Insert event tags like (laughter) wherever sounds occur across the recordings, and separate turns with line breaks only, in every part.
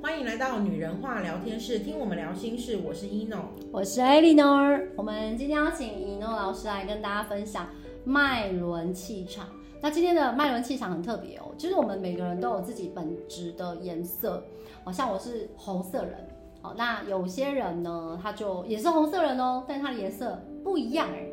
欢迎来到女人话聊天室，听我们聊心事。我是一、n o
我是 Eleanor，我们今天邀请以诺老师来跟大家分享脉轮气场。那今天的脉轮气场很特别哦，就是我们每个人都有自己本质的颜色，好、像我是红色人，好、那有些人呢，他就也是红色人哦，但他的颜色不一样哎，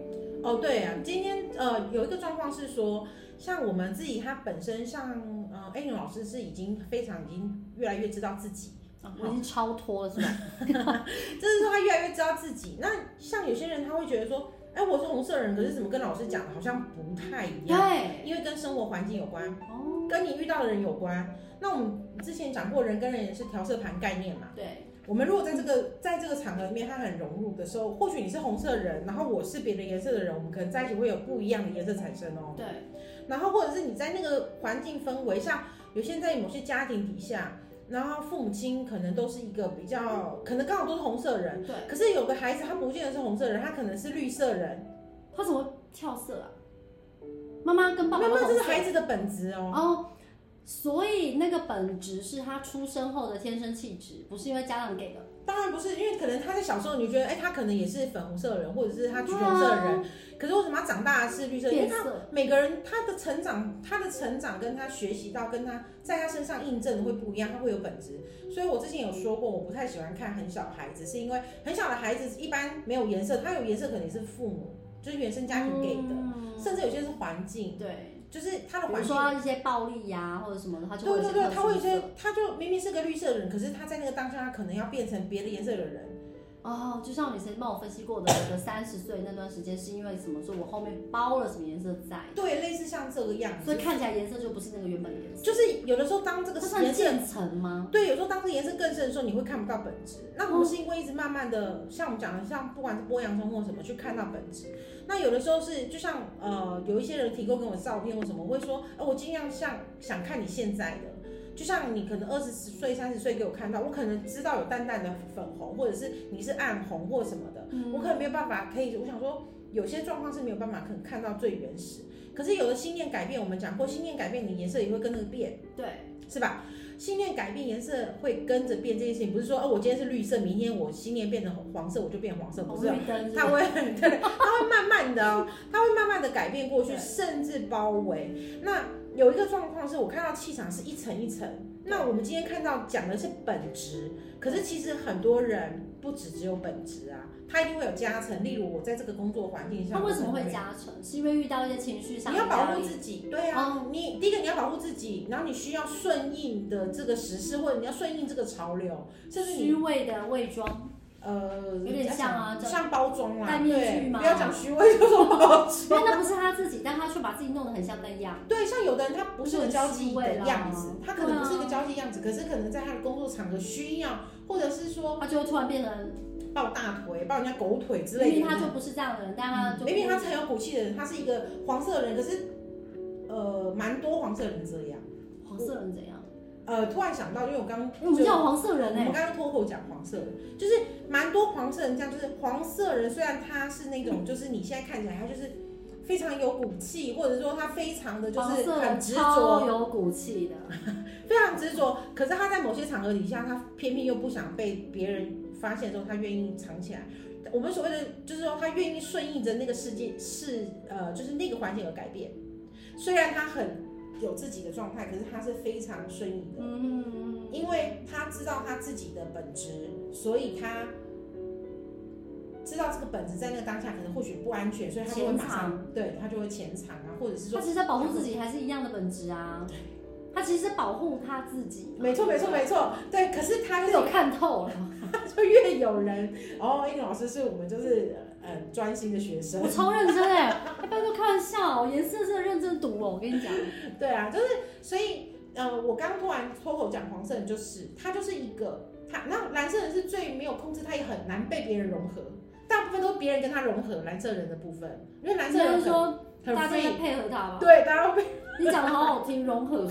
哦，对啊，今天呃有一个状况是说，像我们自己，他本身像呃，艾伦老师是已经非常已经越来越知道自己，
哦我已经超脱了是吧？
就是说他越来越知道自己。那像有些人他会觉得说，哎，我是红色人，可是怎么跟老师讲的好像不太一样？
(laughs) 对，
因为跟生活环境有关，
哦，
跟你遇到的人有关。那我们之前讲过，人跟人也是调色盘概念嘛。
对，
我们如果在这个在这个场合里面，他很融入的时候，或许你是红色人，然后我是别的颜色的人，我们可能在一起会有不一样的颜色产生哦。
对，
然后或者是你在那个环境氛围下，有些在某些家庭底下，然后父母亲可能都是一个比较，可能刚好都是红色人，
对，
可是有个孩子他不见得是红色人，他可能是绿色人，
他怎么跳色啊？妈妈跟爸
那
爸
么
都
这是
红色
孩子的本质哦。
哦，所以那个本质是他出生后的天生气质，不是因为家长给的。
当然不是，因为可能他在小时候你就觉得，哎、他可能也是粉红色人，或者是他橘红色人，可是为什么他长大是绿色？因为
变
他
色，
每个人他的成长，他的成长跟他学习到，跟他在他身上印证的会不一样，他会有本质。所以我之前有说过，我不太喜欢看很小的孩子，是因为很小的孩子一般没有颜色，他有颜色可能也是父母，就是原生家庭给的，
嗯
甚至有些是环境，
对，
就是他的
比
环
如
境。
说一些暴力呀、或者什么的，他就会
对
有
对对，
些
他会有
特殊
些
色，
他就明明是个绿色的人，可是他在那个当下，他可能要变成别的颜色的人。
哦，就像你曾经帮我分析过的，我的三十岁那段时间是因为什么？说我后面包了什么颜色在，
对，类似像这个样
所
子
以。看起来颜色就不是那个原本的颜色。
就是有的时候当这
这
个
算
颜色
渐层吗？
对，有时候当这个颜色更深的时候，你会看不到本质。那我们是因为一直慢慢的，像我们讲的，像不管是剥洋葱或什么，去看到本质。那有的时候是，就像呃，有一些人提供给我照片或什么，我会说，呃，我尽量像想看你现在的。就像你可能二十岁、三十岁给我看到，我可能知道有淡淡的粉红，或者是你是暗红或什么的，
嗯
我可能没有办法可以。我想说，有些状况是没有办法可能看到最原始。可是有的心念改变，我们讲过，心念改变，你颜色也会跟着变。
对，
是吧？心念改变颜色会跟着变，这件事情不是说，哦，我今天是绿色，明天我心念变成黄色，我就变黄色，不
红
是啊。
绿灯是
它
吧
会， (laughs) 对，它会慢慢的哦，它会慢慢的改变过去，
对
甚至包围。那有一个状况是我看到气场是一层一层。那我们今天看到讲的是本质，可是其实很多人不只只有本质啊，他一定会有加成。例如我在这个工作环境上，
它为什么
我可能
会加成？是因为遇到一些情绪上
你
的
要保
压
护
力，
自己，对啊，
哦
你第一个你要保护自己，然后你需要顺应的这个时事，或者你要顺应这个潮流，甚至
虚
你
伪的伪装，
呃，
有点像啊
要
这
讲像包装啦，
戴面具
对，
吗
不要讲虚伪，就说包
(laughs) 因为
装。
那不是他自己，但他却把自己弄得很像那样。
对，像有的人他不是个交际的样子
就很虚伪啦，嗯
他可能不是个交际样子，可是可能在他的工作场合需要，或者是说
他就会突然变成，
抱大腿、抱人家狗腿之
明
类
明
的。嗯
他就不是这样的人，但他就
明明他是很有骨气的人，他是一个黄色的人，可是呃，蛮多黄色人这样。
黄色人怎样？
呃，突然想到，因为我刚刚
因为我们
就
叫黄色人
我
哎、
们刚刚脱口讲黄色人，就是蛮多黄色人这样，就是黄色人虽然他是那种，就是你现在看起来他就是非常有骨气，或者说他非常的就
黄
是
色
很
人
执
超
着，
有骨气的，
非常执着。可是他在某些场合底下，他偏偏又不想被别人发现的时候，他愿意藏起来。我们所谓的就是说，他愿意顺应着那个世界，是呃，就是那个环境而改变。虽然他很有自己的状态，可是他是非常顺应的。
嗯，
因为他知道他自己的本质，所以他知道这个本质在那个当下可能或许不安全，所以他就会马
潜
上对他就会潜藏啊，或者是
他
说，
其实在保护自己还是一样的本质啊，他其实在保护他自己，啊
没错没错没错，对。可是他
他
就是
有看透了。
他 (laughs) 就越有人，哦，英语老师是我们就是呃专心的学生
我，超认真哎、欸，拜托开玩笑，我颜色真的认真读哦，我
(laughs)
跟你讲，
对啊，就是所以呃，我刚突然脱口讲黄色人就是他就是一个他，那蓝色人是最没有控制，他也很难被别人融合。大部分都是别人跟他融合蓝色人的部分，因为蓝色人很
就是说
很
大家要
free，
配合他吧。
对，大家会被
你讲的好好听，融 (laughs) 合，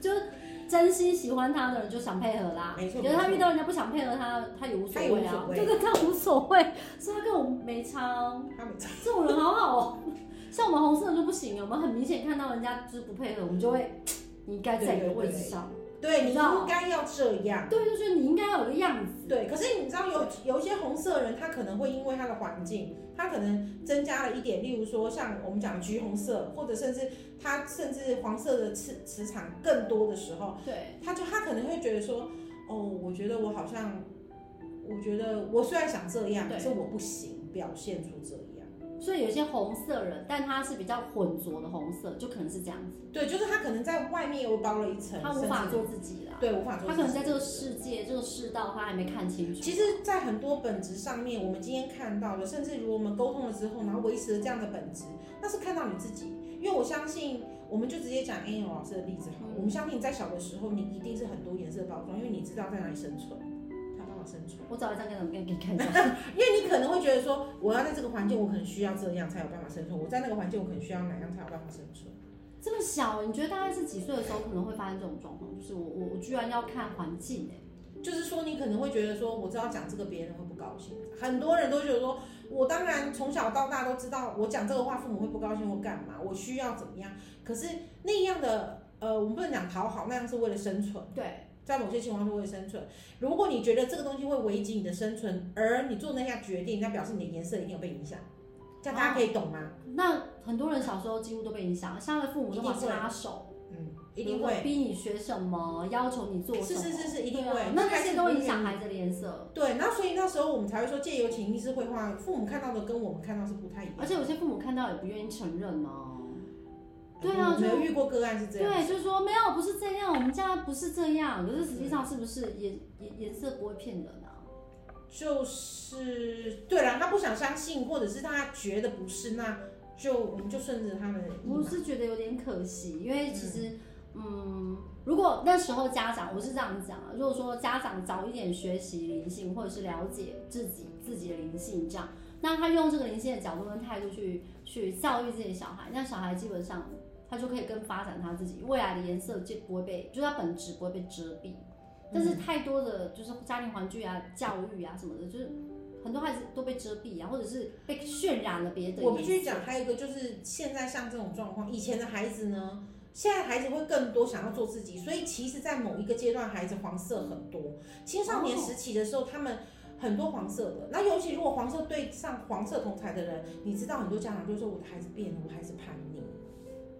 就是真心喜欢他的人就想配合啦。
没错
可是
没
他
错
遇到人家不想配合他，他也无所
他也
谓啊，
无所谓
对对，他无所谓，所以他跟我没差哦。
他们
这种人好好哦， (laughs) 像我们红色人就不行，我们很明显看到人家就是不配合，我们就会，你应该在你的位置上。
对，对你
知道
应该要这样。
对，就觉得你应该有个样子。
对，可是你知道有有一些红色人，他可能会因为他的环境，他可能增加了一点，例如说像我们讲橘红色，或者甚至他甚至黄色的磁磁场更多的时候，
对，
他就他可能会觉得说，哦，我觉得我好像，我觉得我虽然想这样，
对
可是我不行，表现出这样。
所以有些红色人，但他是比较混浊的红色，就可能是这样子，
对，就是他可能在外面又包了一层，
他无法
甚至
做自己啦。
对无法做自己，
他可能在这个世界、这个世道，他还没看清楚。
其实，在很多本质上面，我们今天看到的，甚至如果我们沟通了之后，然后维持了这样的本质，那是看到你自己。因为我相信，我们就直接讲 a n 老师的例子好了。
嗯
我们相信在小的时候，你一定是很多颜色包装，因为你知道在哪里生存，他办法生存。
我找一张给你们给你看一下。 (laughs)
因为你可能会觉得说，我要在这个环境，我可能需要这样才有办法生存；我在那个环境，我可能需要哪样才有办法生存。
这么小，你觉得大概是几岁的时候可能会发生这种状况？就是我我我居然要看环境哎、
就是说，你可能会觉得说，我知道讲这个别人会不高兴，很多人都觉得说，我当然从小到大都知道，我讲这个话父母会不高兴，我干嘛？我需要怎么样？可是那样的，呃，我们不能讲讨好，那样是为了生存，
对，
在某些情况是为了生存。如果你觉得这个东西会危及你的生存，而你做那下决定，那表示你的颜色一定有被影响，这样大家可以懂吗？
那很多人小时候几乎都被影响，像他的父母都
一定
好
会
插手，
嗯，一定
比如说
会，
逼你学什么，要求你做什
是
么，
是是是，一定
对
会
啊。那
开
那
始
些
你
都
会
影
觉
响
得
孩子的颜色。
对，那所以那时候我们才会说借由潜意识绘画，父母看到的跟我们看到是不太一样的
而。且有些父母看到也不愿意承认哦。对啊
我没有
就
遇过个案是这样。
对，啊就是说没有，不是这样，我们家不是这样。可是实际上是不是颜颜颜色不会骗人啊？
就是对啦，他不想相信，或者是他觉得不是，那就我们就顺着他们的意
我
嘛。
是觉得有点可惜，因为其实，嗯，如果那时候家长，我是这样讲啊，如果说家长早一点学习灵性，或者是了解自己自己的灵性这样，那他用这个灵性的角度跟态度去去教育自己的小孩，那小孩基本上他就可以更发展他自己未来的颜色就不会被，就是他本质不会被遮蔽。但
嗯
是太多的就是家庭环境啊、教育啊什么的，就是很多孩子都被遮蔽啊，或者是被渲染了别的。
我必须讲，，还有一个就是现在像这种状况，以前的孩子呢，现在的孩子会更多想要做自己，所以其实，在某一个阶段，孩子黄色很多，青少年
哦
时期的时候，他们。很多黄色的，那尤其如果黄色对上黄色同才的人，你知道很多家长就说我的孩子变了，我的孩子叛逆，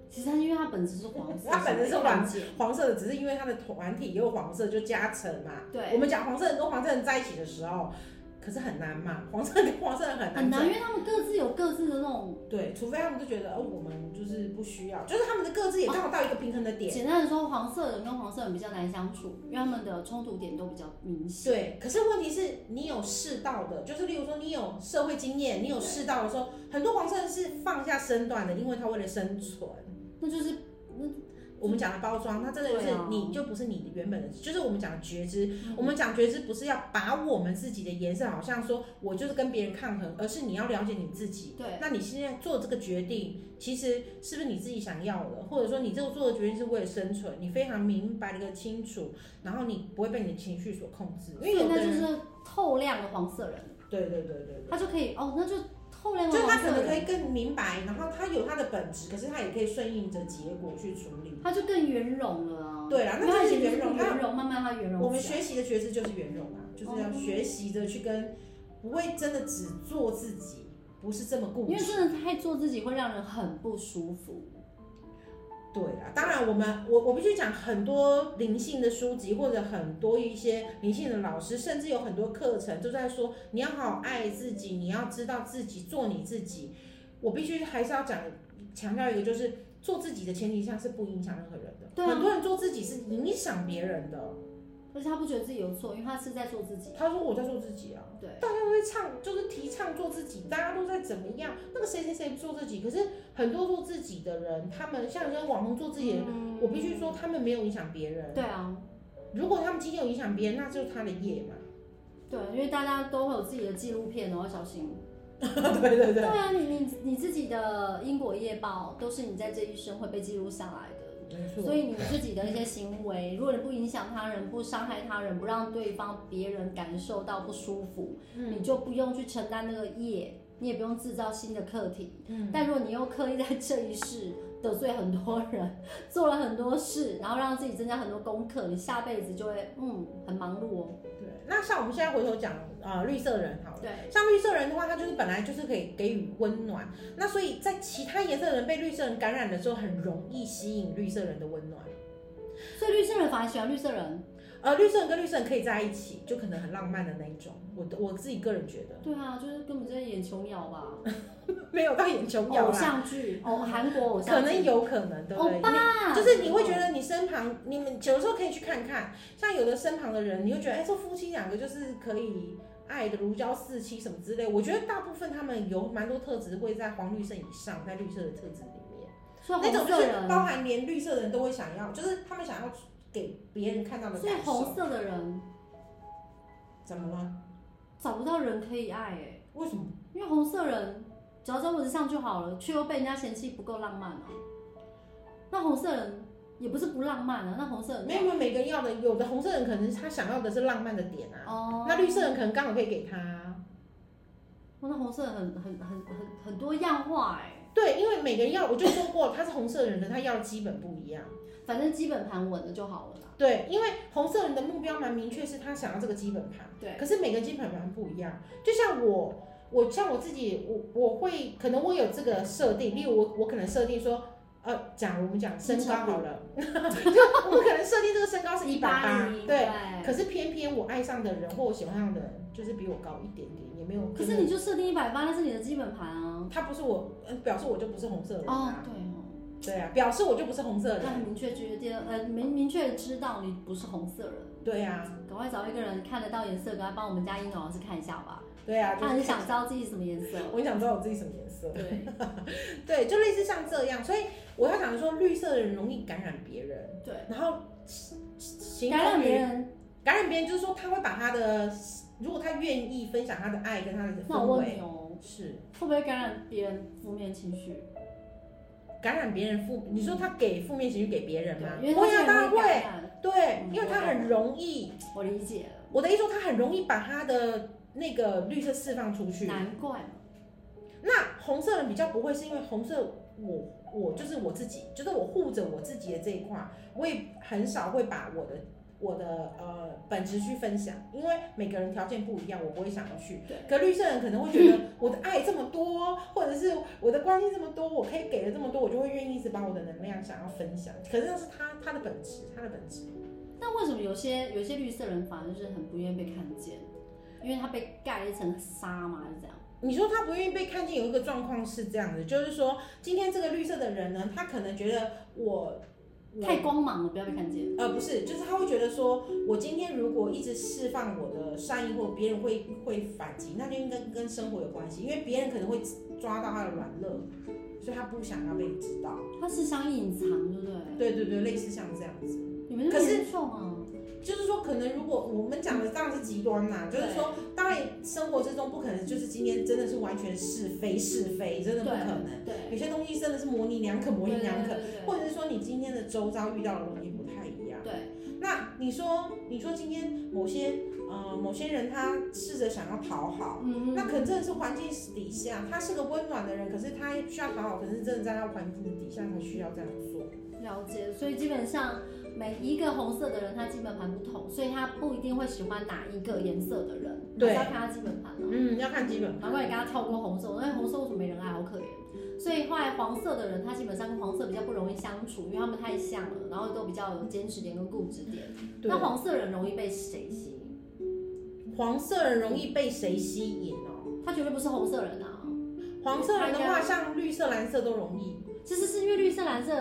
其实它因为它本质是黄
(laughs)
色，
它本质是黄
色，
黄色的只是因为它的团体也有黄色，就加成嘛。我
对，
们讲黄色人跟黄色人在一起的时候，可是很难嘛， (laughs) 黄色人跟黄色人很
很
难
难，
走。
因为他们各自有各自的那种。
对，除非他们就觉得，哦，我们就是不需要，就是他们的各自也刚好到一个平衡的点。
简单的说，黄色人跟黄色人比较难相处，因为他们的冲突点都比较明显。
对，可是问题是你有世道的，就是例如说你有社会经验，你有世道的时候，很多黄色人是放下身段的，因为他为了生存。
那就是
我们讲的包装，它真的就是
对啊嗯
你就不是你原本的，就是我们讲的觉知。我们讲觉知不是要把我们自己的颜色，好像说我就是跟别人抗衡，而是你要了解你自己。
对
那你现在做这个决定，其实是不是你自己想要的，或者说你这个做的决定是为了生存，你非常明白的清楚，然后你不会被你的情绪所控制，因为有
所以
的
那就
人，
是透亮的黄色人，
对对对对
他就可以哦，那就透亮
对，就是
的黄
他可
色
能可
人，
以更明白，然后他有他的本质，可是他也可以顺应着结果去处理。
他就更圆融了啊。
对啦那
因为他
就
以
是圆
前就是
融
不圆融，慢慢他圆融起来。
我们学习的觉知就是圆融啊，就是要
哦
学习着去跟，不会真的只做自己，不是这么固
因为
执。
真的太做自己会让人很不舒服。
对啦，当然我们我我必须讲很多灵性的书籍，或者很多一些灵性的老师，甚至有很多课程都在说你要好好爱自己，你要知道自己，做你自己。我必须还是要讲强调一个，就是做自己的前提下是不影响任何人的。
对啊
很多人做自己是影响别人的。
而且他不觉得自己有错，因为他是在做自己。
他说我在做自己啊，
对，
会唱，就是提倡做自己，大家都在怎么样？那个谁谁谁做自己，可是很多做自己的人，他们像人家网红做自己的人，
嗯
我必须说他们没有影响别人。
对啊，
如果他们今天有影响别人，那就是他的业嘛。
对，因为大家都会有自己的纪录片哦，要小心。
对对
(laughs) 对，啊，你你你自己的因果业报都是你在这一生会被记录下来的，
没错。
所以你自己的一些行为，如果你不影响他人、不伤害他人、不让对方别人感受到不舒服，
嗯
你就不用去承担那个业，你也不用制造新的课题。
嗯，
但如果你又刻意在这一世得罪很多人，做了很多事，然后让自己增加很多功课，你下辈子就会嗯很忙碌哦。
对，那像我们现在回头讲，呃，绿色人好了，
对，
像绿色人的话，他就是本来就是可以给予温暖，那所以在其他颜色的人被绿色人感染的时候，很容易吸引绿色人的温暖。
所以绿色人反而喜欢绿色人。
呃，绿色人跟绿色人可以在一起，就可能很浪漫的那一种。我我自己个人
(laughs)
觉得，
对啊，就是根本就在演琼瑶吧，
没有到眼琼瑶
偶
啦，
像剧哦，韩国偶
可
像
能
剧。啊
有可能，对不对？
欧巴，
就是你会觉得你身旁，你们有时候可以去看看，像有的身旁的人，你会觉得，哎、这夫妻两个就是可以爱的如胶似漆什么之类。我觉得大部分他们有蛮多特质会在黄绿色以上，在绿色的特质里面，
所以
那
红
种就
色
是
人，
包含连绿色的人都会想要，就是他们想要给别人看到的
所以
感受。
红色的人
怎么了？
找不到人可以爱哎，
为什么？
因为红色人只要在位置上就好了，却又被人家嫌弃不够浪漫啊。那红色人也不是不浪漫啊，那红色人
没有没有，每个人要的，有的红色人可能他想要的是浪漫的点啊，
哦，
那绿色人可能刚好可以给他啊、
哇，那红色很很很很很多样化哎，
对，因为每个人要，我就说过，他是红色的人，可能他要的基本不一样。
反正基本盘稳了就好了啦。
对，因为红色人的目标蛮明确，是他想要这个基本盘。
对，
可是每个基本盘不一样，就像我，我像我自己，我我会可能我有这个设定，例如我我可能设定说，呃，讲我们讲身高好
(laughs)
了，就我可能设定这个身高是一百八，对。
对。
可是偏偏我爱上的人或我喜欢上的人，就是比我高一点点，也没有。
可是你就设定一百八，那是你的基本盘啊。
他不是我，呃表示我就不是红色人
哦
啊，，
对哦，
对啊，表示我就不是红色
他很
人，
明确觉得，呃，明明确知道你不是红色人，
对啊，
赶快找一个人看得到颜色，赶快帮我们家英老师看一下吧。
对啊，就
他
是
很想知道自己什么
(laughs)
颜色。
我很想知道我自己什么颜色。
对
对，就类似像这样，所以我要讲说，绿色的人容易感染别人，
对，
然后形
感染别
人，
人。
感染别人就是说他会把他的，如果他愿意分享他的爱跟他的
那
氛
我问
围，
你哦，
是
会不会感染别人负面情绪？
感染别人负，你说他给负面情绪给别人吗？
对，因为他
会啊，当然
是容易感
会，
染。
对，
嗯
因为他很容易，
我理解了，
我的意思说他很容易把他的那个绿色释放出去。
难怪。
那红色人比较不会，是因为红色我我就是我自己，就是我护着我自己的这一块，我也很少会把我的我的呃本质去分享，因为每个人条件不一样，我不会想要去。
对，
可绿色人可能会觉得我的爱这么多，或者是我的关心这么多，我可以给了这么多，我就会愿意一直把我的能量想要分享。可是那是他他的本质，他的本质。
那为什么有些有些绿色人反而就是很不愿意被看见？因为他被盖了一层纱嘛，是这样。
你说他不愿意被看见，有一个状况是这样的，就是说今天这个绿色的人呢，他可能觉得我我
太光芒了，不要被看见。
呃，不是，就是他会觉得说，我今天如果一直释放我的善意，或别人会会反击，那就应该跟生活有关系，因为别人可能会抓到他的软肋，所以他不想要被知道。
他是想隐藏，对不对？
对对对，类似像这样子，
你们那么严重啊？
就是说，可能如果我们讲的当然是极端啦，就是说，当然生活之中不可能就是今天真的是完全是非是非，真的不可能，
对，
有些东西真的是模棱两可，模棱两可，
对对
或者是说你今天的周遭遇到的东西不太一样。
对对
那你说，你说今天某些呃某些人他试着想要讨好，
嗯，
那可能真的是环境底下，他是个温暖的人，可是他需要讨好，可是真的在他环境底下才需要这样做。
了解。所以基本上每一个红色的人，他基本盘不同，所以他不一定会喜欢哪一个颜色的人，
对
还是要看他基本盘了。
嗯，要看基本
难
盘。
怪你刚刚跳过红色，因为红色为什么没人爱，好可怜。所以后来黄色的人，他基本上跟黄色比较不容易相处，因为他们太像了，然后都比较有坚持点跟固执点。
对
那，黄色人容易被谁吸引？
黄色人容易被谁吸引哦？
他绝对不是红色人啊。
黄色人的
他
话，像绿色、蓝色都容易。
其实是因为绿色、蓝色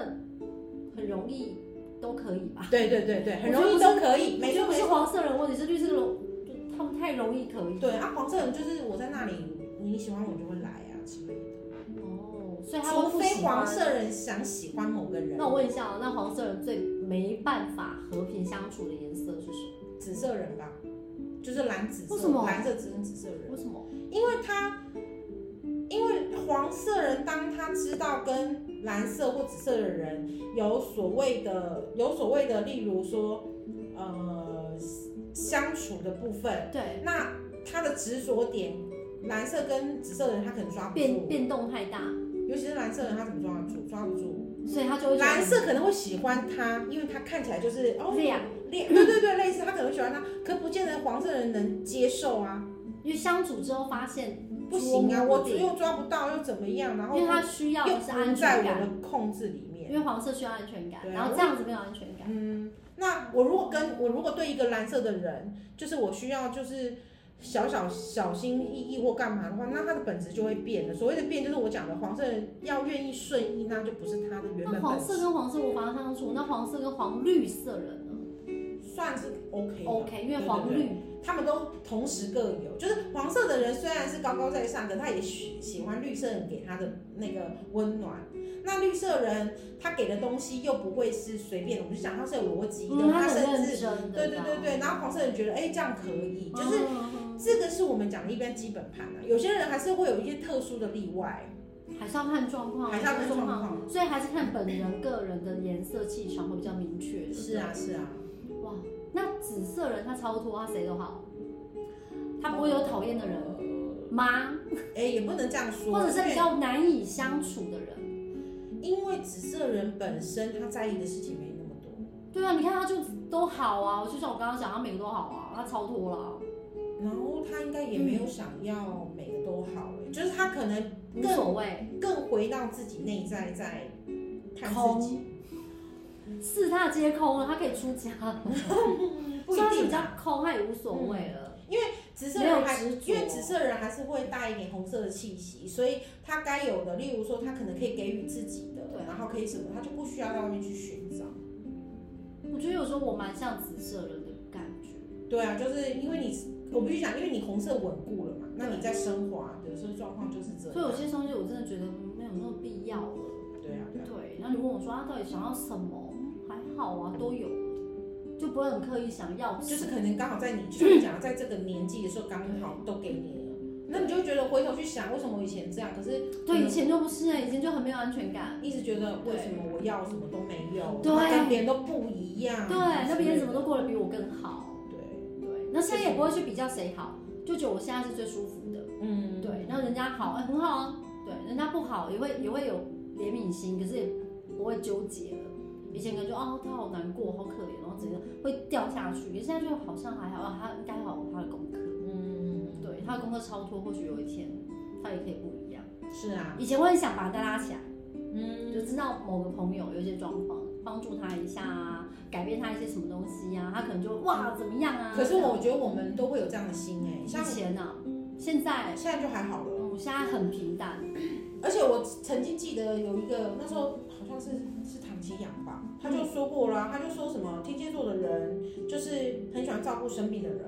很容易都可以吧？
对对对对，很
我
容易
觉
都
得
可以，没错
不
没
是
错。
黄色人问题，是绿色人，就他们太容易可以。
对啊，黄色人就是我在那里，你喜欢我就会来啊之类的。
哦，所以他们
除
不
非
喜欢
黄。色人想喜欢某个人，
那我问一下啊，那黄色人最没办法和平相处的颜色是什么？
紫色人吧，就是蓝紫色，
为什么
蓝色紫跟紫色人？
为什么？
因为他，因为黄色人当他知道跟蓝色或紫色的人有所谓的有所谓的，例如说，呃，相处的部分，
对，
那他的执着点，蓝色跟紫色的人他可能抓不
变
住，
变动太大。
尤其是蓝色人，他怎么抓得住？抓不住。
所以他就会觉得啊
蓝色可能会喜欢他，因为他看起来就是哦，
这样，
脸对对对，类似他可能会喜欢他，可不见得黄色人能接受啊，
因为相处之后发现
不行啊，
捉摸
我
不定
又抓不到又怎么样，然后
因为他需要
又
的是安
不在
全
我
感，
的控制里面。
因为黄色需要安全感，
对啊
然后这样子没有安全感，
嗯，那我如果跟我如果对一个蓝色的人，就是我需要就是小小小心翼翼或干嘛的话，那他的本质就会变了。所谓的变，就是我讲的黄色人要愿意顺应，那就不是他的原
那
本
黄
本
色
质，
跟黄色无法相处，那黄色跟黄绿色人呢
算是 OK 的。
？OK，因为
啊对对
黄
对
绿
他们都同时各有，就是黄色的人虽然是高高在上，可他也喜喜欢绿色人给他的那个温暖。那绿色人他给的东西又不会是随便的，我们就讲他是有逻辑的，
嗯，他很
甚
认
至
真的，嗯
对对对对，然后黄色人觉得哎、这样可以，就是
是
这个是我们讲的一般基本盘啊，有些人还是会有一些特殊的例外，
还是要看状况，
还是要看状。况。
所以还是看本人个人的颜色气场会比较明确。
是啊，是啊，
哇，那紫色人他超脱，他谁都好，他不会有讨厌的人吗？
哎、也不能这样说，
或者是比
因为
较难以相处的人？
因为紫色人本身他在意的事情没那么多，
对啊，你看他就都好啊，就像我刚刚讲，他每个都好啊，他超脱啦，
然后他应该也没有想要每个都好、哎就是他可能
无
更
所谓，
更回到自己内在在看自己，
四大皆空了，他可以出家，
不
虽
一
然是比
定
较
啊。
空，他也无所谓了，
紫色
没有
人还
执着
因为紫色人还是会带一点红色的气息，所以他该有的，例如说他可能可以给予自己的
对，
然后可以什么，他就不需要到外面去寻找。嗯
我觉得有时候我蛮像紫色人的感觉，
对啊，就是因为你，我必须讲，因为你红色稳固了嘛，那你在升华，有时候状况就是这
所以有
样。
些东西我真的觉得没有那么必要了。
对啊，对啊，
对，那你问我说他到底想要什么？还好啊，都有，就不会很刻意想要什么。
就是可能刚好在你，就是讲在这个年纪的时候，刚好都给你了，
嗯
那你就会觉得回头去想，为什么我以前这样？可是
对，以前就不是哎、以前就很没有安全感。
一直觉得为什么我要什么都没有，
对
然后跟别人都不一样。
对，那别人怎么都过得比我更好。
对，
对，那现在也不会去比较谁好，就觉得我现在是最舒服的。
嗯，
对，那人家好，哎、很好啊。对，人家不好也会也会有怜悯心，可是也不会纠结了。以前可能就哦，他好难过，好可怜，然后整个会掉下去。可是现在就好像还好，啊他应该好有他的功课。
嗯，
对，他的功课超脱，或许有一天他也可以不一样。
是啊，
以前我很想把他拉起来，
嗯，
就知道某个朋友有一些状况，帮助他一下啊，改变他一些什么东西啊，他可能就哇怎么样啊。
可是我觉得我们都会有这样的心哎、
以
像
前呢、现在
现在就还好了。
嗯我现在很平淡，
而且我曾经记得有一个，那时候好像是是唐奇阳吧，他就说过啦、他就说什么天蝎座的人就是很喜欢照顾生病的人。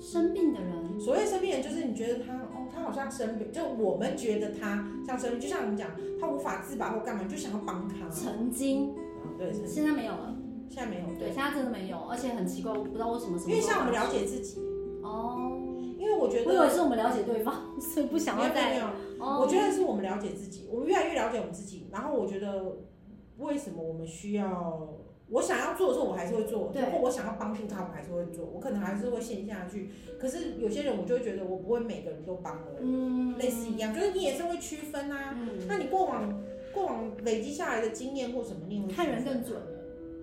生病的人
所谓生病人，就是你觉得他哦，他好像生病，就我们觉得他像生病，就像我们讲他无法自拔或干嘛，你就想要帮他。
曾经
对，是
现在没有了，
现在没有对，
对，嗯现在真的没有，而且很奇怪，我不知道为什么什么
因为
时候
像我们
发
了
生
解自己，
哦，
因为我觉
我以为
得
是我们了解对方， (laughs) 所以不想要
没有没
再
有
哦，
我觉得是我们了解自己，我们越来越了解我们自己。然后我觉得，为什么我们需要？我想要做的时候，我还是会做；
对
或我想要帮助他，我还是会做。我可能还是会陷下去。可是有些人，我就会觉得我不会每个人都帮了，
嗯
类似一样，就是你也是会区分啊。
嗯，
那你过往过往累积下来的经验或什么，你也会区分
看人更准了。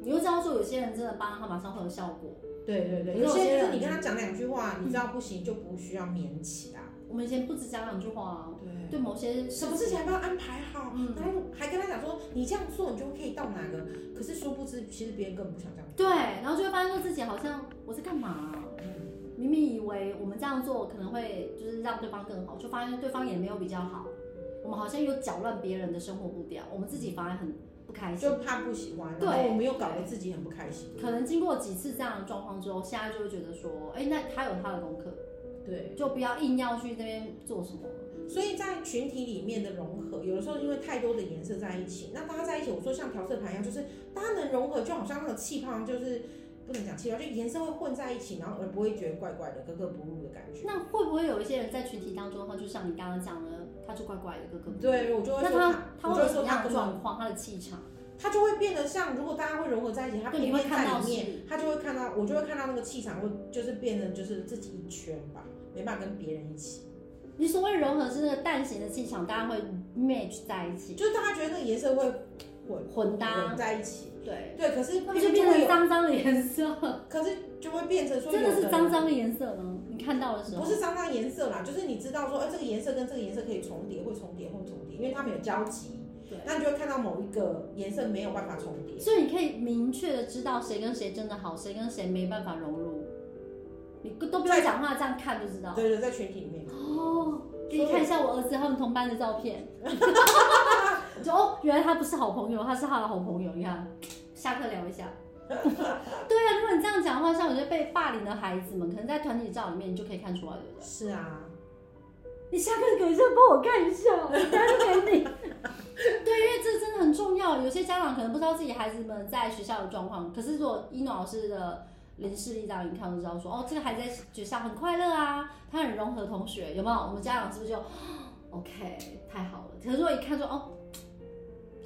你又知道说有些人真的帮他马上会有效果。
对对对，
有
有
些
些
人嗯
就是你跟他讲两句话，你知道不行就不需要勉强。
我们以前不止讲两句话啊，
对。
对某些
什么事情还帮他安排好，
嗯
然后还跟他讲说你这样做你就可以到哪个，可是殊不知其实别人根本不想这样。
对，然后就会发现说自己好像我在干嘛啊、
嗯，
明明以为我们这样做可能会就是让对方更好，就发现对方也没有比较好，我们好像有搅乱别人的生活步调，我们自己反而很不开心。
就怕不喜欢，
对
然后我们又搞得自己很不开心。
可能经过几次这样的状况之后，现在就会觉得说，哎，那他有他的功课，
对，
就不要硬要去那边做什么。
所以在群体里面的融合，有的时候因为太多的颜色在一起，那大家在一起，我说像调色盘一样，就是大家能融合，就好像那个气泡就是不能讲气泡，就颜色会混在一起，然后而不会觉得怪怪的、格格不入的感觉。
那会不会有一些人在群体当中，他就像你刚刚讲的，他就怪怪的，哥哥。
对，我就会
那
说
他他
我
会
就会
有什
说
么样
他根
的
本，
状况？他的气场，
他就会变得像，如果大家会融合在一起，他
对，你
平
会
面
看
在
到
里
是
面。他就会看到，我就会看到那个气场会就是变成就是自己一圈吧，没办法跟别人一起。
你所谓融合是那个蛋形的气场，大家会 match 在一起，
就是大家觉得那个颜色会混
混搭
混，在一起。
对，
对，可是
它不就变
会
成
有，
脏脏的颜色？
可是就会变成说
真的
有
是脏脏的颜色吗？你看到的时
不
候，
是脏脏颜色啦，就是你知道说，哎、这个颜色跟这个颜色可以重叠，会重叠，会重叠，因为它们有交集，
对，
那你就会看到某一个颜色没有办法重叠。
所以你可以明确的知道谁跟谁真的好，谁跟谁没办法融入，你都不用讲话，这样看就知道。
对对，在群体里面，
哦，给你看一下我儿子他们同班的照 (laughs) 片，就哦，原来他不是好朋友，他是他的好朋友。你看，下课聊一 (laughs) 下。对啊，如果你这样讲的话，像有些被霸凌的孩子们，可能在团体照里面你就可以看出来，对不对？
是啊，
你下课给一下帮我看 (laughs) 一下，我单给你。对，因为这真的很重要。有些家长可能不知道自己孩子们在学校的状况，可是如果一诺老师的零视力导引看，我就知道说，哦，这个孩子在学校很快乐啊，他很融合同学，有没有？我们家长是不是就哦 OK 太好了？可是如果一看说，哦，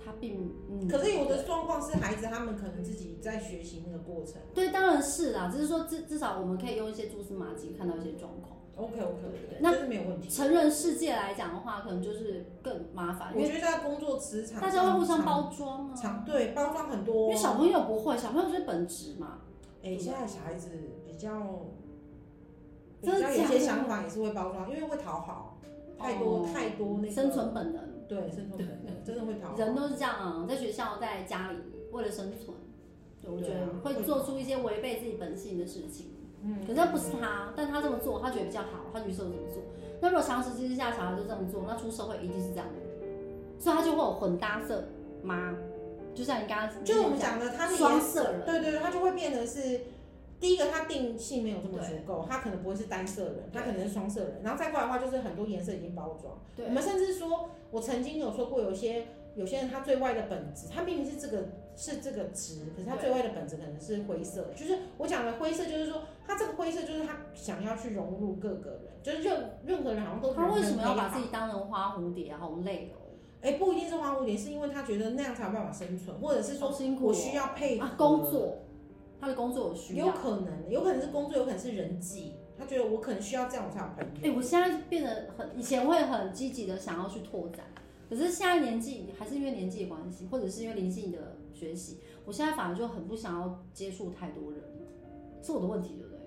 他并嗯，
可是有的状况是孩子他们可能自己在学习那个过程。
对，当然是啦，只是说至至少我们可以用一些蛛丝马迹看到一些状况。
OK OK OK，
那
这是没有问题。
成人世界来讲的话，可能就是更麻烦，
我
因为
觉得在工作职场，
大家会互相包装啊。
场对包装很多
因为，小朋友不会，小朋友就是本质嘛。
哎、现在小孩子比较比
真的
较有
假
些
的
想法也是会包装，因为会讨好，太多、
哦
太多那个
生存本能，
对生存本能真的会讨好，
人都是这样啊，在学校、在家里，为了生存，对我觉
对
得
啊
会
会
做出一些违背自己本性的事情。
嗯
可是那不是他，但他这么做，他觉得比较好，他于是我这么做。那如果长时间之下，小孩就这么做，那出社会一定是这样的人，所以他就会有混搭色妈，就像你刚刚
就是我们讲的，他的
双
颜
色人，
对对对，他就会变得是第一个，他定性没有这么足够，他可能不会是单色人，他可能是双色人，然后再过来的话就是很多颜色已经包装。
对
我们甚至说，我曾经有说过，有些有些人他最外的本质，他明明是这个是这个值，可是他
对
最外的本质可能是灰色。就是我讲的灰色，就是说他这个灰色就是他想要去融入各个人，就是任任何人好像都
他为什么要把
融入
自己当成花蝴蝶啊？好累哦，
哎、不一定是花蝴蝶，是因为他觉得那样才有办法生存，或者是
好
说
辛苦、
我
哦。
需要配合、
啊，工作，他的工作有需要。
有可能，有可能是工作，有可能是人际。他觉得我可能需要这样，我才有朋
哎、
友。
我现在变得很，以前会很积极的想要去拓展，可是现在年纪还是因为年纪的关系，或者是因为灵性的学习，我现在反而就很不想要接触太多人，是我的问题，对不对？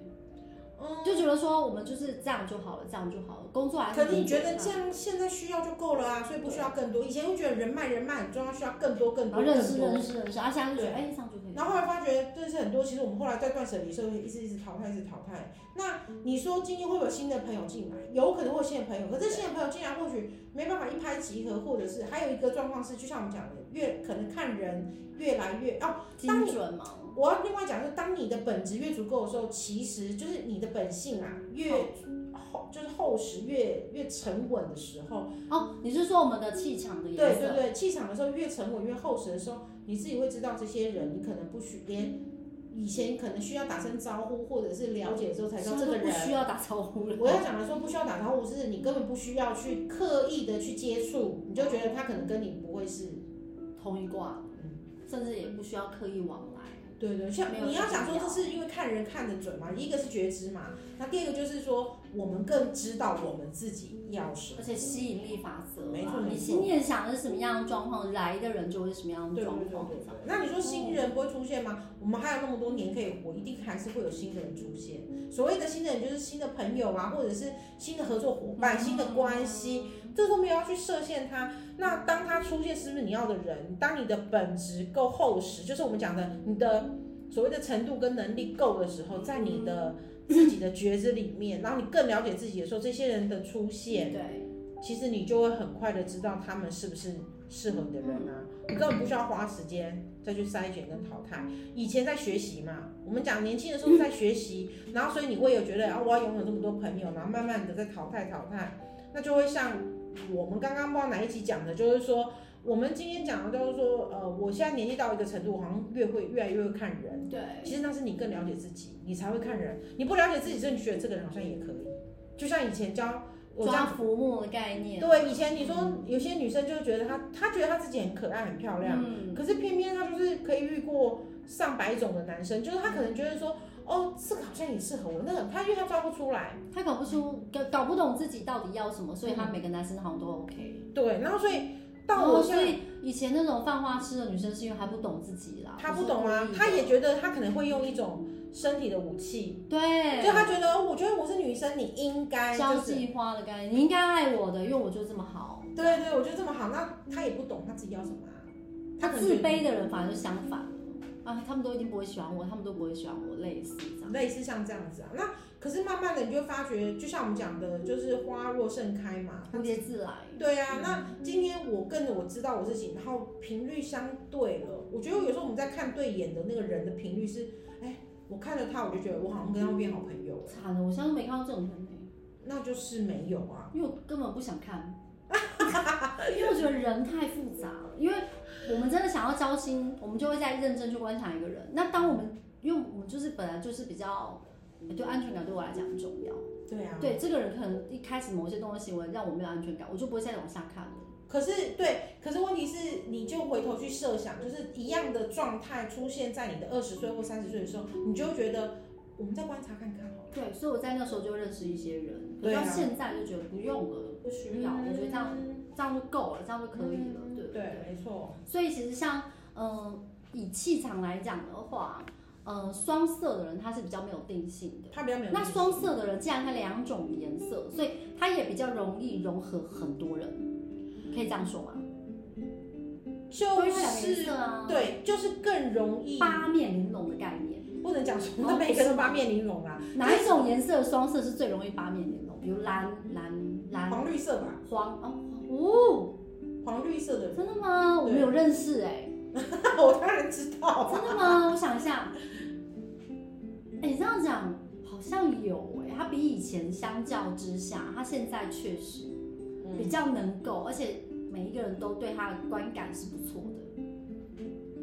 嗯，
就觉得说我们就是这样就好了，这样就好了，工作还是
可是你觉得
一
这
样
样现在需要就够了啊，所以不需要更多。以前会觉得人脉人脉很重要，需要更多更
然
多
后认识
更多
认。识认识，而现在就觉得
对
哎、这样就可以了。
然后后来发觉认识很多，其实我们后来在断舍离的时候一直一直淘汰，一直淘汰。那你说今天会不会有新的朋友进来？有可能会有新的朋友，可是新的朋友进来或许没办法一拍即合，或者是还有一个状况是，就像我们讲的，越可能看人越来越哦，
精准嘛，
我要另外讲，就是当你的本质越足够的时候，其实就是你的本性啊，越厚就是厚实，越越沉稳的时候，
哦，你是说我们的气场的
对
颜
对
色？
对，气场的时候越沉稳越厚实的时候，你自己会知道这些人，你可能不许连以前可能需要打声招呼或者是了解之后才知道这
现
个
在都不需
人。
要打招呼了。
我要讲的 (laughs) 说不需要打招呼，是你根本不需要去刻意的去接触，你就觉得他可能跟你不会是
同一卦，
嗯
甚至也不需要刻意往来。
对对，像
没有
你要
什么
讲说，
必要
这是因为看人看得准嘛，一个是觉知嘛，那第二个就是说，我们更知道我们自己要什么
而。且吸引力法则嘛，
没错没
你
错
心念想的是什么样的状况，来的人就会是什么样哦的
对对
状
对对
况。
对。那你说新人不会出现吗？我们还有那么多年可以活，一定还是会有新的人出现。所谓的新的人，就是新的朋友啊，或者是新的合作伙伴、新的关
哦
系，这都没有要去设限它。那当它出现，是不是你要的人？当你的本质够厚实，就是我们讲的你的所谓的程度跟能力够的时候，在你的
嗯
自己的觉知里面，然后你更了解自己的时候，这些人的出现，
对，
其实你就会很快的知道他们是不是适合你的人啊，你根本不需要花时间再去筛选跟淘汰。以前在学习嘛，我们讲年轻的时候在学习，然后所以你会有觉得啊，我要拥有这么多朋友，然后慢慢的在淘汰淘汰，那就会像我们刚刚不知道哪一集讲的，就是说呃我们今天讲的就是说，呃，我现在年纪到一个程度，好像越会越来越会看人。
对，
其实那是你更了解自己，你才会看人。你不了解自己，就你觉得这个人好像也可以。就像以前教呃我教
抓浮木的概念，
对，以前你说有些女生就觉得她，她觉得她自己很可爱、很漂亮，
嗯，
可是偏偏她就是可以遇过上百种的男生，就是她可能觉得说，哦，这个好像像也适合我那个，他因为他抓不出来，
他搞不出搞搞不懂自己到底要什么，所以他每个男生好像都 OK。
对，然后所以到我
哦
现
所
在。
以以前那种泛花痴的女生是因为还不懂自己啦，
他不懂啊
是故意，的
他也觉得他可能会用一种身体的武器，
对，
就他觉得，哦我觉得我是女生，你应该
交
就是，
际花的概念，你应该爱我的，因为我就这么好。
对对对，我觉得这么好，那他也不懂他自己要什么啊，
他
可能
自
觉得
卑的人反而就相反了啊，他们都一定不会喜欢我，他们都不会喜欢我，类似这样。
类似像这样子啊。那可是慢慢的你就发觉，就像我们讲的，就是花若盛开嘛，
蝴蝶自来，
对啊，那今天我跟着我知道我自己，然后频率相对了，我觉得有时候我们在看对眼的那个人的频率是，哎，我看着他，我就觉得我好像跟他会变好朋友，
惨了，我现在都没看到这种人、欸、
那就是没有啊。
因为我根本不想看， (laughs) 因为我觉得人太复杂了。因为我们真的想要交心，我们就会在认真去观察一个人。那当我们因为我们就是本来就是比较对安全感对我来讲很重要，
对啊，
对这个人可能一开始某些动作行为让我没有安全感，我就不会再往下看了。
可是对，可是问题是，你就回头去设想，就是一样的状态出现在你的二十岁或三十岁的时候，你就会觉得我们再观察看看好了。
对，所以我在那时候就认识一些人，可
对
是
啊
到现在就觉得不用了，不需要，我觉得这样这样就够了，这样就可以了，对
嗯
不
对，没错，
所以其实像嗯、呃以气场来讲的话，嗯、双色的人他是比较没有定性的。
他比较没有
那
自信
双色的人，既然他两种颜色，所以他也比较容易融合很多人，可以这样说吗？
就
因为他两个颜
是
色啊，
对，就是更容易，
八面玲珑的概念，
不能讲什么每个人都八面玲珑啦，
哪一种颜色的双色是最容易八面玲珑？比如蓝、蓝、蓝、
黄绿色吧，
黄哦哦，
黄绿色的 (laughs) 人，
真的吗？我没有认识哎、
我当然知道啊。
真的吗？我想一下，哎、这样讲好像有哎、他比以前相较之下，他现在确实
嗯
比较能够，而且每一个人都对他的观感是不错的、哎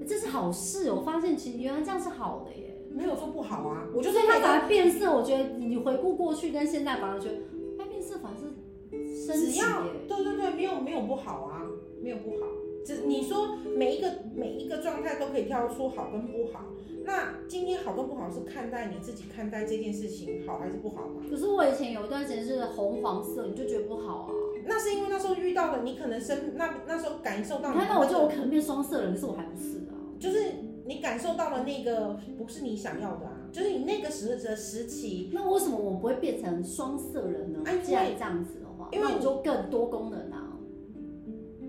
这是好事哦。我发现其实原来这样是好的耶。
没有说不好啊，我就说
所以他
每个
反而变色，我觉得你回顾过去跟现在，反而觉得他变色反而是升
只
级耶。
要对对对，没有没有不好啊，没有不好。只你说每一个每一个状态都可以挑出好跟不好，那今天好跟不好是看待你自己看待这件事情好还是不好嘛？
可是我以前有一段时间是红黄色，你就觉得不好啊。
那是因为那时候遇到的，你可能生那那时候感受到
你
你的
看
那
到
个，
我就有可能变双色人，可是我还不是啊。
就是你感受到了那个不是你想要的啊，就是你那个时的时期，
那为什么我不会变成双色人呢
哎因为？
既然这样子的话，
因为
那我就更多功能啊。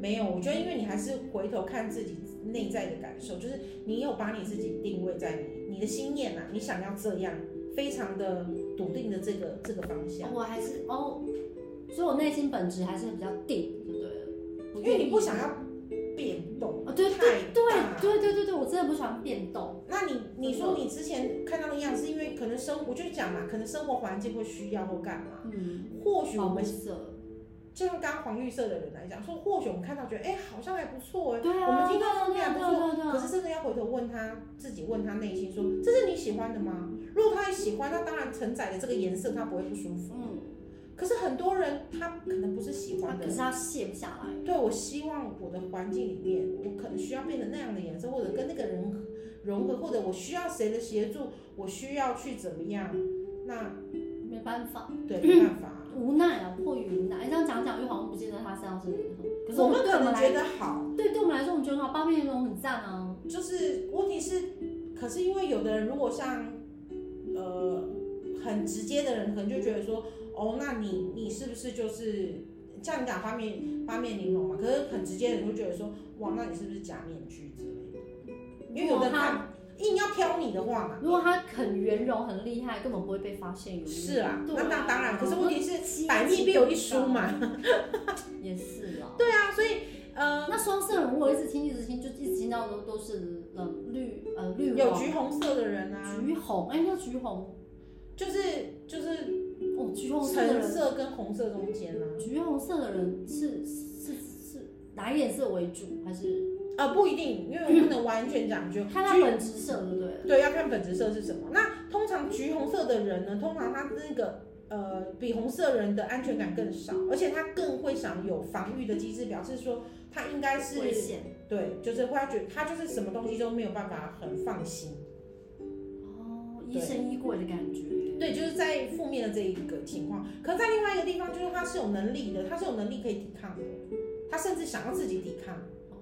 没有，我觉得因为你还是回头看自己内在的感受，就是你有把你自己定位在你你的心念啊，你想要这样，非常的笃定的这个这个方向，
我还是哦，所以我内心本质还是比较定，就对了。
因为你不想要变动
哦，对
太
对
大。
对对对对，我真的不喜欢变动。
那你你说你之前看到的样子，是因为可能生我就讲嘛，可能生活环境会需要或干嘛，
嗯，
或许我
黄
们
色，
就像刚刚黄绿色的人来讲，说或许我们看到觉得哎、好像还不错哎、
对啊，
我们听到
对啊对
这
啊
样
对啊对啊
可是真的要回头问他自己，问他内心说，这是你喜欢的吗？如果他也喜欢，那当然承载的这个颜色他不会不舒服。
嗯，
可是很多人他可能不是喜
啊
欢的
可。是它卸不下来。
对，我希望我的环境里面，我可能需要变成那样的颜色，或者跟那个人融合，或者我需要谁的协助，我需要去怎么样？那
没办法，
对，没办法。
无奈啊，迫于无奈。哎这样讲讲又好像不见得他身上是很，可是
我们
们
嗯
对
可能
我们
觉
来，
得好，
对对我们来说，我们觉得好，八面玲珑很赞啊。
就是问题是，可是因为有的人如果像呃很直接的人，可能就觉得说，哦，那你你是不是就是像你讲八面八面玲珑嘛？可是很直接的人会觉得说，哇，那你是不是假面具之类的？因为有的人他硬要挑你的话嘛，
如果他很圆融、很厉害，根本不会被发现有。
是啊，啊
对
那那当然，可是问题是
是
百密必有一疏，嘛，
也是啊。
对啊，所以呃
那双色人我一直听一直听，就一直听到都都是呃绿呃绿
有
红
橘红色的人啊，
橘红，哎，那橘红
就是就是
哦，橘红色的
橙
人，
色跟红色中间啊。
橘红色的人是是是哪一颜色为主？还是
呃，不一定，因为我不能完全讲究。
看他
橘
本质色，对不对？
对，要看本质色是什么。那通常橘红色的人呢，通常他那个呃比红色人的安全感更少，而且他更会想有防御的机制，表示说他应该是
危险
对，就是会觉得他就是什么东西都没有办法很放心。
哦，疑神疑鬼的感觉。
在负面的这一个情况，可在另外一个地方，就是他是有能力的，他是有能力可以抵抗的，他甚至想要自己抵抗，
哦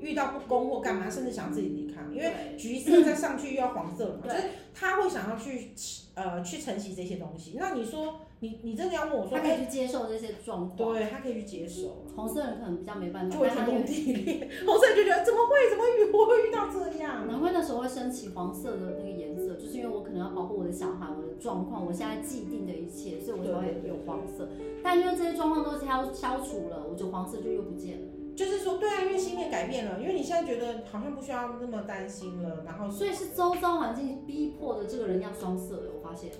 遇到不公或干嘛，甚至想要自己抵抗，因为
为
橘色再上去又要黄色了嘛，
对
就是他会想要去呃去承袭这些东西。那你说你你真的要问我说，
他可
哎、
以去接受这些状况。
对他可以去接受，
红色人可能比较没办法，
就会天
但他
崩地 (laughs) 裂，红色人就觉得怎么会怎么遇我会遇到这样，
难怪那时候会升起黄色的那个颜色，就是因为我可能要保护我的小孩，我的状况，我现在既定的一切，所以我才会有黄色。但因为这些状况都消消除了，我觉得黄色就又不见了，
就是说对啊，因为心念改变了，因为你现在觉得好像不需要那么担心了，然后
所以是周遭环境逼迫的这个人要双色的。我发现，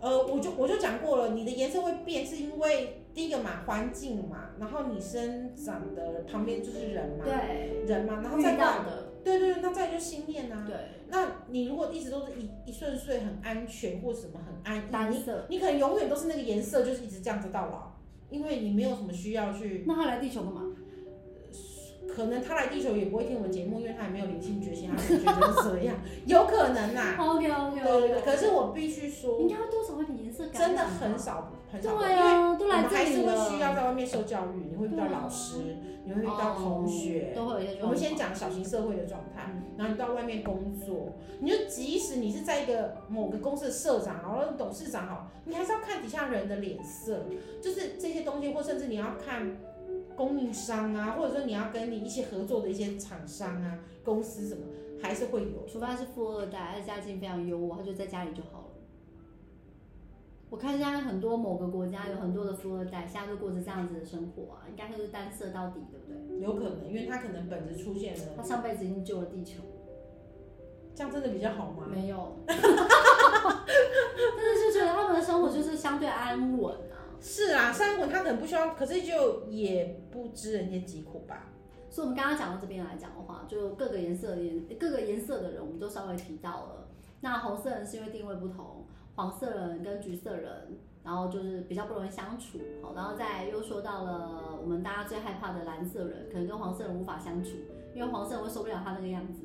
呃，我就我就讲过了，你的颜色会变，是因为第一个嘛环境嘛，然后你生长的旁边就是人嘛，
对，
人嘛，然后
遇
再
到
到
的，
对对对，那再来就心念啊。
对，
那你如果一直都是一一顺遂、很安全或什么很安
单
逸，你
色。
你可能永远都是那个颜色，就是一直这样子到老，因为你没有什么需要去。
那他来地球干嘛？
可能他来地球也不会听我们节目，因为他也没有灵性觉醒，他可能觉得就是这
(laughs)
样，有可能啦。
OK
对
OK
啊对对，
OK，
可是我必须说
应，该会多少有点颜色感染
真
吧
的很少很少，因
对
为
啊，都
我
来
们
这
还是
里了，
会需要在外面受教育，你会遇到
对啊
老师，你会遇到同学
哦，都会有一些状况。
我们先讲小型社会的状态，
嗯
然后你到外面工作，你就即使你是在一个某个公司的社长，然后董事长好，你还是要看底下人的脸色，就是这些东西，或甚至你要看供应商啊，或者说你要跟你一起合作的一些厂商啊、公司什么，还是会有。
除非他是富二代，他家境非常优渥，他就在家里就好了。我看现在很多某个国家有很多的富二代，现在都过着这样子的生活啊，应该他就是单色到底，对不对？
有可能，因为他可能本质出现
他
了，
上辈子已经救了地球，
这样真的比较好吗？
没 (laughs) 有，但是就觉得他们的生活就是相对安稳啊，
是啊，三文他可能不需要，可是就也不知人间疾苦吧。
所以我们刚刚讲到这边来讲的话，就各个颜色的颜各个颜色的人，我们都稍微提到了。那红色人是因为定位不同，黄色人跟橘色人，然后就是比较不容易相处。好，然后再又说到了我们大家最害怕的蓝色人，可能跟黄色人无法相处，因为黄色人会受不了他那个样子。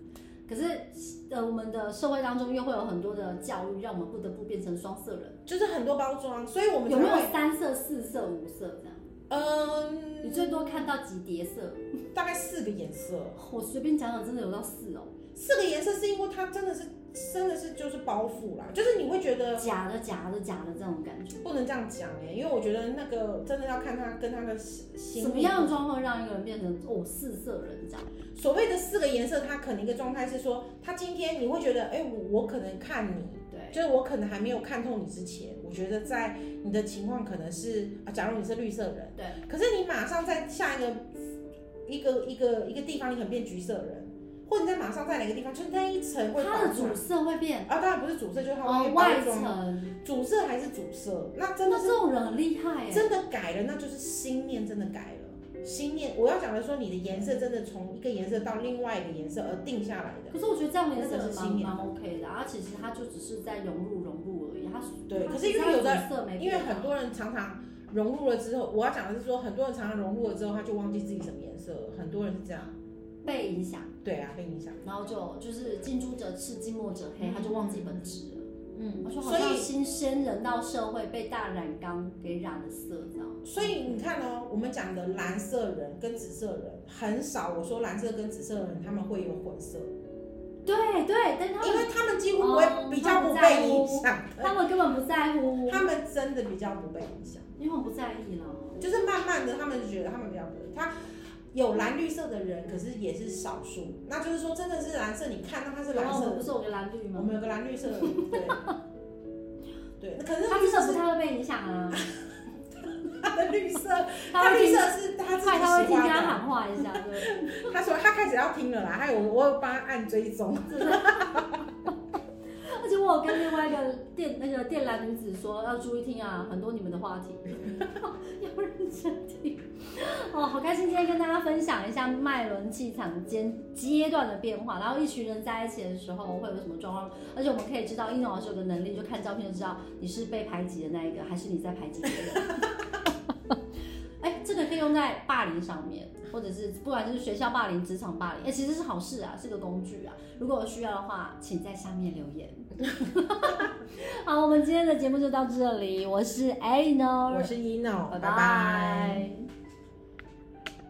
可是，呃，我们的社会当中又会有很多的教育，让我们不得不变成双色人。
就是很多包装，所以我们才
有没有
会，
三色、四色、五色这样？
嗯，
你最多看到几叠色？
大概四个颜色，
我随便讲讲，真的有到四哦。
四个颜色是因为它真的是真的是就是包袱啦，就是你会觉得
假的假的假的这种感觉。
不能这样讲哎、因为我觉得那个真的要看他跟他的心
什么样的状况让一个人变成哦四色人这样？
所谓的四个颜色，它可能一个状态是说，他今天你会觉得，哎、我我可能看你。
对，
就是我可能还没有看透你之前，我觉得在你的情况可能是啊，假如你是绿色人，
对，
可是你马上在下一个一个一个一个地方，你可能变橘色人，或者你在马上在哪个地方，就那一层会
它的
包装
主色会变
啊，当然不是主色，就是它外
哦
面
外
包装，
层，
主色还是主色，那真的
那
是
这种人很厉害耶。
真的改了，那就是心念真的改了。心念，我要讲的说，你的颜色真的从一个颜色到另外一个颜色而定下来的。
可是我觉得这样的颜色
那个是
蛮
新年
蛮 OK 的，而其实它就只是在融入融入而已。它
对
它
可是因为
它
有的
主色没
因为
变啊
很多人常常融入了之后，我要讲的是说，很多人常常融入了之后，他就忘记自己什么颜色了。很多人是这样，
被影响，
对啊，被影响。
然后就就是近朱者赤，近墨者黑，
嗯
他就忘记本质了。
嗯
他说好
所
像
以
新鲜人到社会被大染缸给染了色，这样。
所以你看哦，我们讲的蓝色人跟紫色人很少，我说蓝色跟紫色人他们会有混色，
对对，但他
因
们
为他们几乎不会比较不被影响，
哦他们根本不在乎，
他们真的比较不被影响。
因为我们不在意了。
就是慢慢的，他们觉得他们比较不会，他有蓝绿色的人，可是也是少数。那就是说，真的是蓝色，你看到它是蓝
然后我
色
们
的，嗯
不是有个蓝绿
我
吗？
们有个蓝绿色的，
(laughs)
对，对。那可是
他
绿
真
色
的
是
不太会被影响啊，
他的绿色，
他
嗯他
会
绿
听，
色是他自己
快他会
喜
听啊
欢
大家
的。
喊话一下，对，
他说他开始要听了啦，还有我有帮他按追踪，
而且我有跟另外一个电那个电缆女子说要注意听啊，很多你们的话题，要认真听。哦，好开心今天跟大家分享一下脉轮气场间阶段的变化，然后一群人在一起的时候会有什么状况，而且我们可以知道一诺老师有个能力，就看照片就知道你是被排挤的那一个，还是你在排挤别人。哎，这个可以用在霸凌上面。或者是不管就是学校霸凌、职场霸凌，哎、其实是好事啊，是个工具啊。如果有需要的话，请在下面留 (laughs) 言。好，我们今天的节目就到这里，我是 a n o
我是一 n o
拜
拜拜
拜